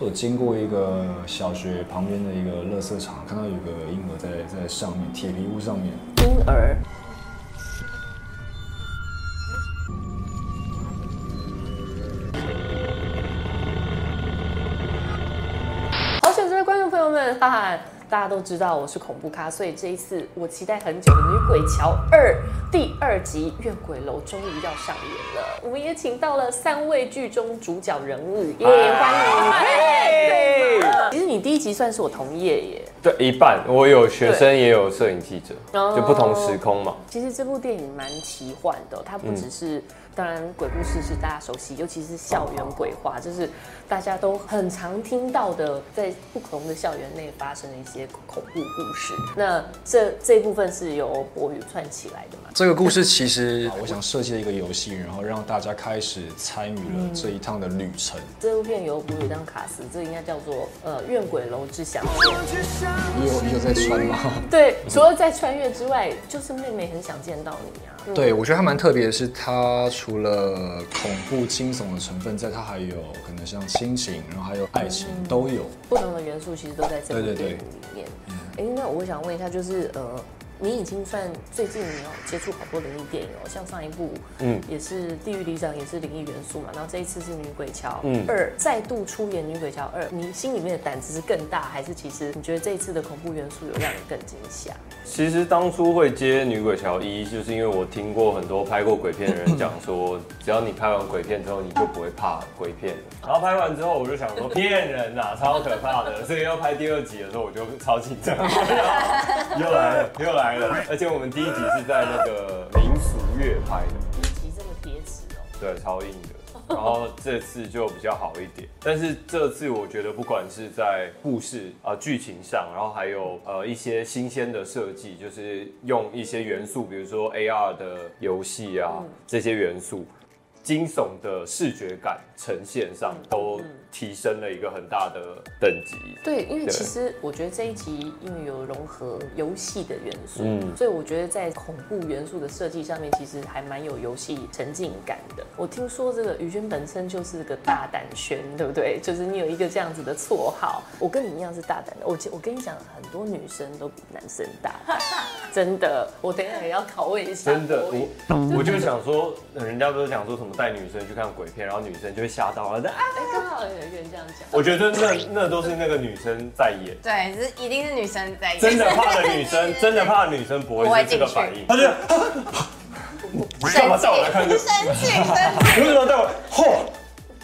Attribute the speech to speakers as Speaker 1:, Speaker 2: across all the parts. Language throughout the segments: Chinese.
Speaker 1: 就经过一个小学旁边的一个垃圾场，看到有个婴儿在在上面铁皮屋上面，
Speaker 2: 婴儿，好险！这位观众朋友们，哈哈，大家都知道我是恐怖咖，所以这一次我期待很久的《女鬼桥二》第二集《怨鬼楼》终于要上演了。我们也请到了三位剧中主角人物，耶，欢迎！对嘛其实你第一集算是我同业耶。
Speaker 3: 对，一半。我有学生，也有摄影记者，
Speaker 2: 哦
Speaker 3: 就不同时空嘛。
Speaker 2: 其实这部电影蛮奇幻的哦、它不只是、当然鬼故事是大家熟悉，尤其是校园鬼话，就是大家都很常听到的，在不同的校园内发生的一些恐怖故事。那这这部分是由博宇串起来的嘛？
Speaker 1: 这个故事其实，啊我想设计了一个游戏，然后让大家开始参与了这一趟的旅程。
Speaker 2: 这部片由博宇当卡司，这应该叫做呃《怨鬼楼之想见》。
Speaker 1: 你有你有在穿吗？
Speaker 2: 对，除了在穿越之外，就是妹妹很想见到你啊。嗯
Speaker 1: 对，我觉得它蛮特别的是，它除了恐怖惊悚的成分在，它还有可能像亲情，然后还有爱情都有。
Speaker 2: 不同的元素其实都在这
Speaker 1: 对
Speaker 2: 部
Speaker 1: 对嗯
Speaker 2: 电
Speaker 1: 对
Speaker 2: 影里面。哎、那我想问一下，就是呃，你已经算最近你有接触好多灵异电影哦，像上一部，嗯
Speaker 3: 嗯，
Speaker 2: 也是《地狱里长》，也是灵异元素嘛，然后这一次是《女鬼桥
Speaker 3: 嗯
Speaker 2: 二》，再度出演《女鬼桥二》，你心里面的胆子是更大，还是其实你觉得这一次的恐怖元素有让你更惊吓？
Speaker 3: 其实当初会接《女鬼桥一》，就是因为我听过很多拍过鬼片的人讲说，只要你拍完鬼片之后，你就不会怕鬼片了。 然后拍完之后，我就想说骗人呐、超可怕 的。所以要拍第二集的时候，我就超紧 张，又来了，又来了。而且我们第一集是在那个民俗乐拍的。
Speaker 2: 第一集这么贴纸哦，
Speaker 3: 对，超硬的。然后这次就比较好一点，但是这次我觉得不管是在故事啊、呃剧情上，然后还有呃一些新鲜的设计，就是用一些元素，比如说 AR 的游戏啊、这些元素，惊悚的视觉感呈现上都提升了一个很大的等级。
Speaker 2: 对，因为
Speaker 3: 对
Speaker 2: 其实我觉得这一集因为有融合游戏的元素，
Speaker 3: 嗯
Speaker 2: 所以我觉得在恐怖元素的设计上面，其实还蛮有游戏沉浸感的。我听说这个于轩本身就是个大胆轩，对不对？就是你有一个这样子的绰号，我跟你一样是大胆的。我我跟你讲，很多女生都比男生大胆，真的。我等一下也要拷问一下博宇，
Speaker 3: 真的，我我就想说，人家不是讲说什么带女生去看鬼片，然后女生就会吓到，然后啊，
Speaker 2: 哎，刚好有一个人这样讲。
Speaker 3: 我觉得那那都是那个女生在演。
Speaker 4: 对，是一定是女生在演。
Speaker 3: 真的怕的女 生，真的怕的女生不会是这个反应，她就
Speaker 4: 生
Speaker 3: 干嘛带我来看
Speaker 4: 气，生气，生气，
Speaker 3: 为什么带我？嚯！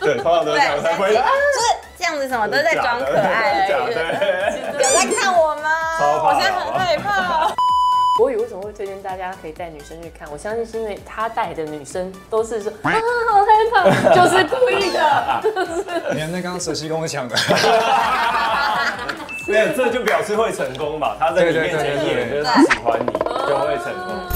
Speaker 3: 对，通常都是这样才回
Speaker 4: 对，
Speaker 3: 来。
Speaker 4: 就是这样子，什么都在装可 爱
Speaker 3: 假的
Speaker 4: 而已。
Speaker 3: 对。
Speaker 4: 有在看我吗？
Speaker 3: 超怕
Speaker 4: 我现在很害怕。
Speaker 2: 博宇为什么会推荐大家可以带女生去看？我相信是因为他带的女生都是 说啊好害怕，就是故意的。
Speaker 1: 你看，那刚刚蛇西跟我讲的，
Speaker 3: 没有，这就表示会成功嘛。她在你面前演，就是她喜欢你，就会成功。
Speaker 4: 哦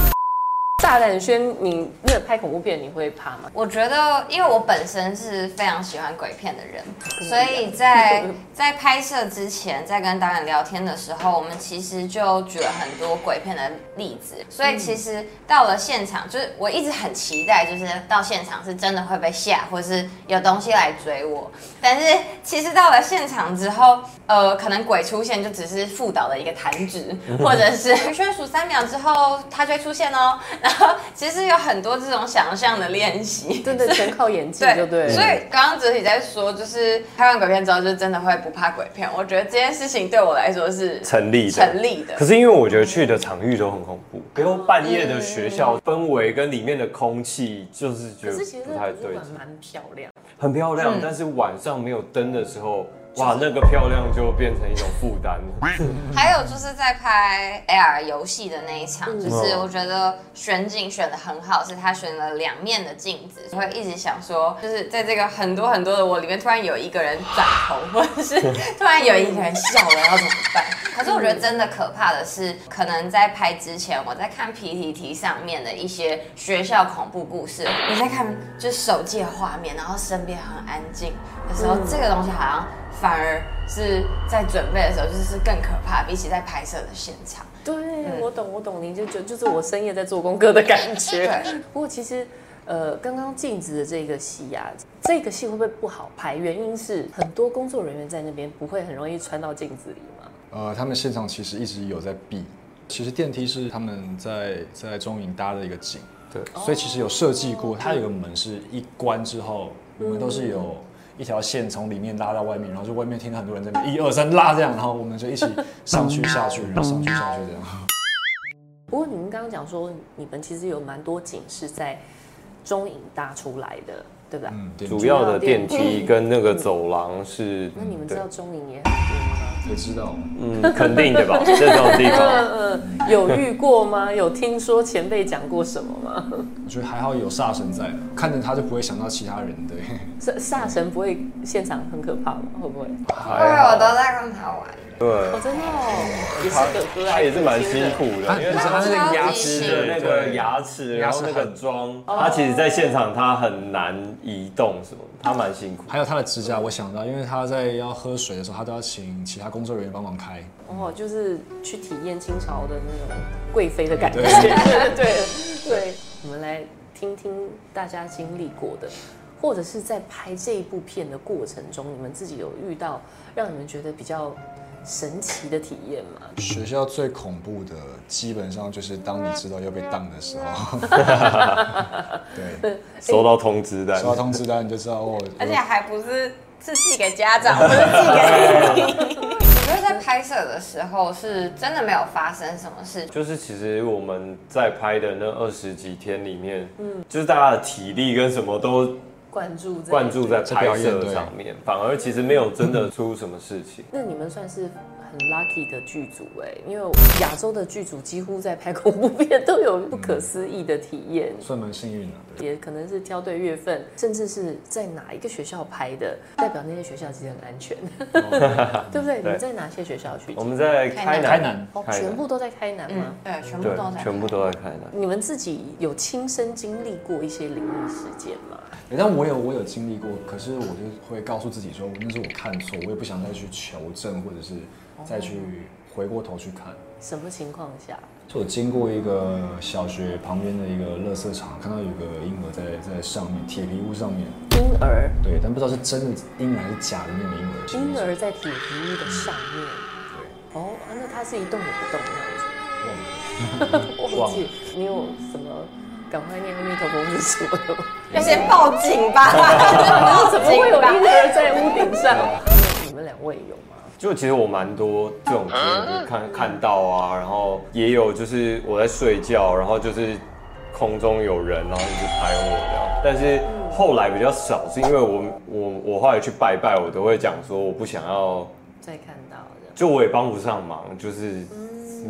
Speaker 2: 大胆轩，你那拍恐怖片你会怕吗？
Speaker 4: 我觉得，因为我本身是非常喜欢鬼片的 人，所以在在拍摄之前，在跟导演聊天的时候，我们其实就举了很多鬼片的例子。所以其实到了现场，就是我一直很期待，就是到现场是真的会被吓，或是有东西来追我。但是其实到了现场之后，呃，可能鬼出现就只是副导的一个弹 指，或者是宇轩数三秒之后它就会出现哦。 然后其实有很多这种想象的练习，
Speaker 2: 真 的全靠演技，就对了。
Speaker 4: 所以刚刚哲体在说，就是拍完鬼片之后，就真的会不怕鬼片。我觉得这件事情对我来说是
Speaker 3: 成立的，
Speaker 4: 成立的
Speaker 3: 可是因为我觉得去的场域都很恐怖，比如半夜的学校
Speaker 4: 嗯
Speaker 3: 氛围跟里面的空气，就是觉
Speaker 2: 可
Speaker 3: 得
Speaker 2: 是其实
Speaker 3: 不
Speaker 2: 这
Speaker 3: 太
Speaker 2: 个图书
Speaker 3: 对
Speaker 2: 馆
Speaker 3: 劲。
Speaker 2: 蛮漂亮，
Speaker 3: 很漂
Speaker 4: 嗯
Speaker 3: 亮，但是晚上没有灯的时候，哇，那个漂亮就变成一种负担了。
Speaker 4: 还有就是在拍 AR 游戏的那一场，就是我觉得选景选的很好，是他选了两面的镜子，会一直想说，就是在这个很多很多的我里面，突然有一个人转头，或者是突然有一个人笑了，要怎么办？可是我觉得真的可怕的是，可能在拍之前，我在看 PPT 上面的一些学校恐怖故事，你在看就是手机的画面，然后身边很安静的时候，这个东西好像反而是在准备的时候就是更可怕，比起在拍摄的现场。
Speaker 2: 对、我懂，我懂，你就就就是我深夜在做功课的感觉
Speaker 4: 对。
Speaker 2: 不过其实，呃，刚刚镜子的这个戏啊，这个戏会不会不好拍？原因是很多工作人员在那边不会很容易穿到镜子里嘛。
Speaker 1: 呃，他们现场其实一直有在避，其实电梯是他们在在中影搭的一个景，
Speaker 3: 对，
Speaker 1: 所以其实有设计过，它有个门是一关之后，我们都是有
Speaker 3: 嗯
Speaker 1: 一条线从里面拉到外面，然后就外面听到很多人在那边一二三拉这样，然后我们就一起上去下去，然后上去下去这样。
Speaker 2: 不过你们刚刚讲说，你们其实有蛮多景是在中影搭出来的，对吧？
Speaker 1: 嗯，对，
Speaker 3: 主要的电
Speaker 2: 电
Speaker 3: 梯跟那个走廊是，
Speaker 2: 嗯那你们知
Speaker 3: 对
Speaker 2: 道中影也很多
Speaker 1: 也知道。
Speaker 3: 嗯，肯定 的吧，这种地方。
Speaker 2: 吗？嗯， 有遇过吗？有听说前辈讲过什么吗？
Speaker 1: 我觉得还好有煞神在，看着他就不会想到其他人，对，
Speaker 2: 煞煞神不会现场很可怕吗？会不会？
Speaker 4: 因为
Speaker 3: 还
Speaker 4: 哎我
Speaker 3: 好，
Speaker 4: 都在跟他玩，
Speaker 3: 对
Speaker 2: 哦，，真的哦，也是哥哥啊，
Speaker 3: 他也是蛮辛苦
Speaker 1: 啊
Speaker 3: 的，因为
Speaker 1: 你知道
Speaker 3: 他
Speaker 1: 他那个牙
Speaker 4: 是
Speaker 1: 齿
Speaker 3: 的那个
Speaker 1: 对
Speaker 3: 牙齿，然后那
Speaker 1: 牙齿
Speaker 3: 个
Speaker 1: 很
Speaker 3: 妆，他其实在现场他很难移动什么，他蛮辛苦。
Speaker 1: 还有他的指甲，我想到，因为他在要喝水的时候，他都要请其他工作人员帮忙开。
Speaker 2: 哦，就是去体验清朝的那种贵妃的感觉，
Speaker 1: 对
Speaker 2: 对对对。我们来听听大家经历过的，或者是在拍这一部片的过程中，你们自己有遇到让你们觉得比较神奇的体验吗？
Speaker 1: 学校最恐怖的，基本上就是当你知道要被当的时候，对，
Speaker 3: 收到通知单
Speaker 1: 收，到通知单你就知道哦。
Speaker 4: 而且还不是是寄给家 长，不是寄给你。我觉得在拍摄的时候是真的没有发生什么事，
Speaker 3: 就是其实我们在拍的那二十几天里面，嗯，就是大家的体力跟什么都
Speaker 2: 灌注在
Speaker 3: 灌注在
Speaker 1: 在
Speaker 3: 拍
Speaker 1: 表演
Speaker 3: 摄
Speaker 1: 对嗯
Speaker 3: 上面，反而其实没有真的出什么事情。
Speaker 2: 那你们算是很 lucky 的剧组哎、因为亚洲的剧组几乎在拍恐怖片都有不可思议的体验，
Speaker 1: 算蛮幸运的、对
Speaker 2: 也可能是挑对月份，甚至是在哪一个学校拍的，代表那些学校其实很安全， 对哦不对？你们在哪些学校去？
Speaker 3: 我们在开
Speaker 4: 开
Speaker 3: 南，
Speaker 1: 台南
Speaker 2: 哦，全部都在开南吗
Speaker 4: 嗯？，对，全部
Speaker 3: 对
Speaker 4: 都在，拍，
Speaker 3: 全部都在开南。
Speaker 2: 你们自己有亲身经历过一些灵异事件吗？
Speaker 1: 欸但我有我有经历过，可是我就会告诉自己说，哦那是我看错，我也不想再去求证，或者是再去回过头去看。
Speaker 2: 什么情况下？
Speaker 1: 就我经过一个小学旁边的一个垃圾场，看到有个婴儿在在上面铁皮屋上面，
Speaker 2: 婴儿，
Speaker 1: 对，但不知道是真的婴儿还是假的那种婴儿。其实
Speaker 2: 婴儿在铁皮屋的上面。
Speaker 1: 对
Speaker 2: 哦，啊那它是一动也不动的样子。
Speaker 1: 忘了
Speaker 2: 忘记你有什么赶快念阿弥陀佛是什么的吗？
Speaker 4: 要先报警吧，报
Speaker 2: 怎么会有婴儿在屋顶上？ 你们两位有吗？
Speaker 3: 就其实我蛮多这种经验，就是看看到啊，然后也有就是我在睡觉，然后就是空中有人，然后就拍我这样。但是
Speaker 4: 嗯
Speaker 3: 后来比较少，是因为我我我后来去拜拜，我都会讲说我不想要，
Speaker 2: 再看到的，
Speaker 3: 就我也帮不上忙，就是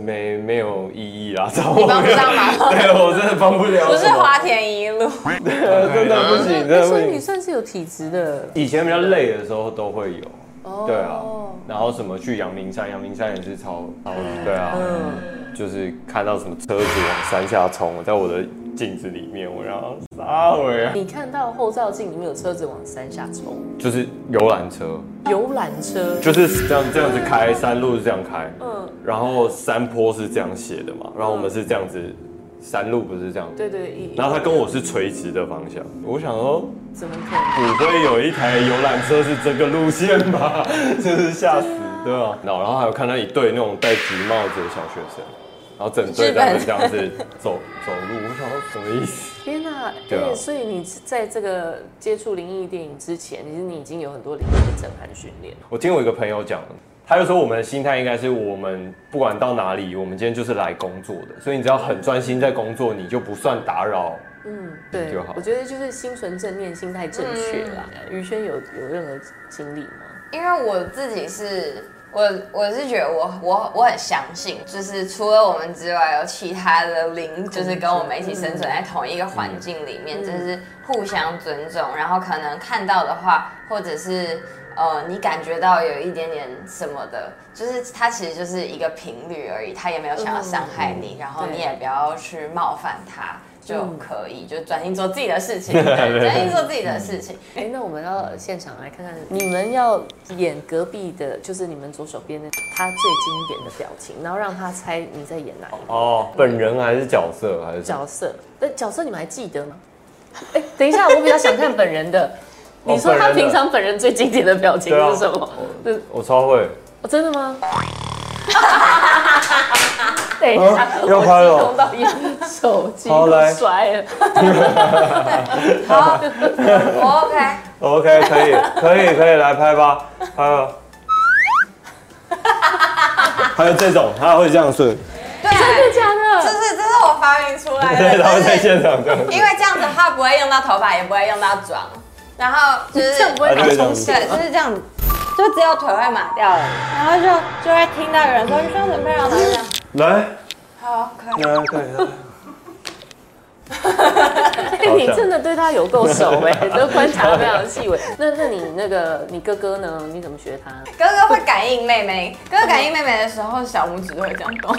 Speaker 3: 没没有意义啦，找
Speaker 4: 嗯你
Speaker 3: 我
Speaker 4: 帮不上忙，
Speaker 3: 对我真的帮不了
Speaker 4: 不是
Speaker 3: 什么，
Speaker 4: 花嗯田一路，
Speaker 3: 真的不行，真的不
Speaker 2: 所以你
Speaker 3: 行。
Speaker 2: 算是有体质的
Speaker 3: 以前比较累的时候都会有。
Speaker 2: 哦
Speaker 3: 对啊，然后什么去阳明山，阳明山也是超超
Speaker 2: 嗯
Speaker 3: 对啊，就是看到什么车子往山下冲，在我的镜子里面，我然后撒回啊，
Speaker 2: 你看到后照镜里面有车子往山下冲，
Speaker 3: 就是游览车，
Speaker 2: 游览车，
Speaker 3: 就是这样这样子开，山路是这样开，
Speaker 2: 嗯，
Speaker 3: 然后山坡是这样斜的嘛，然后我们是这样子，山路不是这样，
Speaker 2: 对对，一
Speaker 3: 然后他跟我是垂直的方向，我想说
Speaker 2: 怎么可能？
Speaker 3: 不会有一台游览车是这个路线 吧？真是吓死，对吧、然后然后还有看到一对那种戴橘帽子的小学生，然后整队他们这样子 走走路，我想说什么意思？
Speaker 2: 天哪、
Speaker 3: 对啊
Speaker 2: 哎所以你在这个接触灵异电影之前，其实你已经有很多灵异的震撼训练了。
Speaker 3: 我听我一个朋友讲，他就说我们的心态应该是我们不管到哪里，我们今天就是来工作的，所以你只要很专心在工作，你就不算打扰。
Speaker 2: 嗯，对
Speaker 3: 就好，嗯
Speaker 2: 我觉得就是心存正念，心态正确啦。于轩有有任何经历吗？
Speaker 4: 因为我自己是。我我是觉得我我我很相信，就是除了我们之外，有其他的灵，就是跟我们一起生存在同一个环境里面，就是互相尊重。然后可能看到的话，或者是呃你感觉到有一点点什么的，就是它其实就是一个频率而已，它也没有想要伤害你，然后
Speaker 2: 对
Speaker 4: 你也不要去冒犯它就可以，就专心做自己的事情，对专心做自己的事情。
Speaker 2: 哎、那我们要现场来看看，你们要演隔壁的，就是你们左手边的他最经典的表情，然后让他猜你在演哪一个
Speaker 3: 哦，本人还是角色还是什么
Speaker 2: 角色。那角色你们还记得吗？哎、等一下，我比较想看本人的。你说他
Speaker 3: 哦本人的
Speaker 2: 平常本人最经典的表情
Speaker 3: 对啊
Speaker 2: 是什么？是
Speaker 3: 我超 会，
Speaker 2: 哦真的吗？等一下，
Speaker 3: 啊
Speaker 2: 我
Speaker 3: 要拍了
Speaker 2: 激动到眼手机
Speaker 3: 好
Speaker 2: 都
Speaker 3: 来
Speaker 2: 摔 了。
Speaker 4: 好，我 OK。
Speaker 3: OK，可以，可以，可以来拍吧，拍吧。还有这种，他会这样顺，
Speaker 2: 真
Speaker 4: 对
Speaker 2: 的，假的？
Speaker 4: 这是这是我发明出来
Speaker 3: 对，
Speaker 4: 的，
Speaker 3: 他会在
Speaker 4: 但是
Speaker 3: 现场这样子
Speaker 4: 因为这样子的话不会用到头发，也不会用到妆，然后就是
Speaker 2: 这样不会
Speaker 3: 啊
Speaker 2: 太
Speaker 3: 对
Speaker 2: 重
Speaker 3: 这
Speaker 2: 现
Speaker 4: 对，就是这样，就只有腿会麻掉了，然后就就会听到有人说你双腿非常这样，
Speaker 3: 来，
Speaker 4: 好，可以，
Speaker 3: 来，可以，来
Speaker 2: 哎，你真的对他有够熟 哎，都观察得非常细微。那那你那个你哥哥呢？你怎么学他？
Speaker 4: 哥哥会感应妹妹，哥哥感应妹妹的时候，小拇指都会这样动，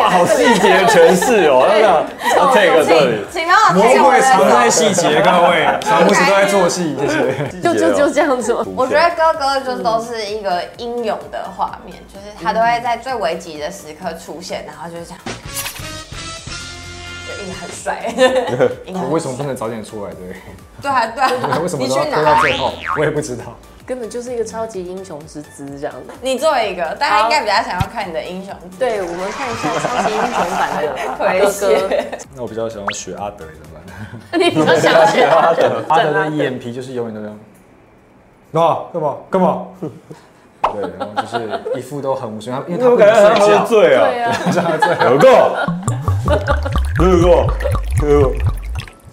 Speaker 3: 哇，好细节诠释哦，那个
Speaker 2: 超
Speaker 3: 这个
Speaker 2: 有
Speaker 3: 这里，
Speaker 4: 请帮我
Speaker 1: 魔
Speaker 4: 啊牵我
Speaker 1: 鬼
Speaker 4: 的
Speaker 1: 藏在
Speaker 4: 手。
Speaker 1: 细节，各 位，藏不是都在做戏，谢谢。
Speaker 3: 哦
Speaker 2: 就就就这样子吗？
Speaker 4: 我觉得哥哥就都是一个英勇的画面，
Speaker 1: 嗯
Speaker 4: 就是他都会在最危急的时刻出现，然后就是这样，就一个很 帅。一个很
Speaker 1: 我为什么不能早点出来？对，
Speaker 4: 对啊对啊，
Speaker 1: 为什么
Speaker 4: 你
Speaker 1: 都要
Speaker 4: 去
Speaker 1: 拖到
Speaker 4: 哪？
Speaker 1: 最后？ 我也不知道。
Speaker 2: 根本就是一个超级英雄之姿这样子。
Speaker 4: 你做一个，大家应该比较想要看你的英雄。
Speaker 2: 对，我们看一下超级英雄版 的
Speaker 4: 腿
Speaker 2: 哥
Speaker 4: 血，
Speaker 1: 那我比较想要学阿德怎么办？
Speaker 2: 哥， 你比 较想学他
Speaker 3: 啊
Speaker 2: 的？
Speaker 1: 阿德的眼皮就是永远都这样，那干嘛干嘛？ 对，然后就是一副都很无神，他因为他
Speaker 3: 我
Speaker 1: 不
Speaker 3: 感觉
Speaker 1: 能
Speaker 3: 他
Speaker 1: 睡
Speaker 3: 喝
Speaker 1: 觉，
Speaker 3: 醉啊
Speaker 2: 对，啊。
Speaker 3: 有过，有过，有过。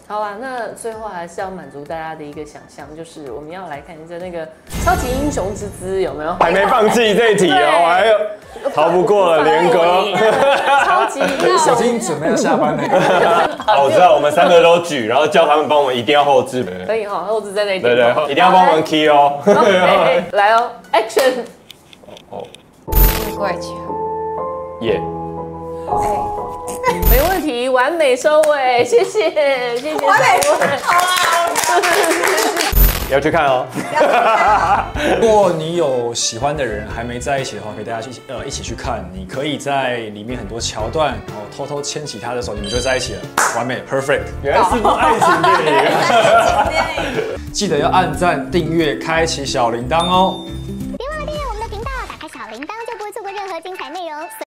Speaker 2: 好啊，那最后还是要满足大家的一个想象，就是我们要来看一下那个超级英雄之姿有没 有？
Speaker 3: 还没放弃这一题哦，还有逃不过了，连哥。
Speaker 2: 超级英
Speaker 1: 我已
Speaker 2: 雄
Speaker 1: 经准备要下班了。
Speaker 3: 好，哦我知道，我们三个都举，然后叫他们帮我们一定要后置，对
Speaker 2: 可以哈，后置在那里。
Speaker 3: 对对，一定要帮忙 key 哦。
Speaker 2: 好。OK，来哦，Action！
Speaker 4: 过去。
Speaker 3: 耶，
Speaker 2: 没问题，完美收尾，谢谢，谢谢各位。
Speaker 3: 要去看哦。
Speaker 1: 如果你有喜欢的人还没在一起的话，可以大家一起呃一起去看。你可以在里面很多桥段，然后偷偷牵起他的手，你们就在一起了，完美，perfect。
Speaker 3: 原来是部爱情电影。
Speaker 1: 记得要按赞、订阅、开启小铃铛哦。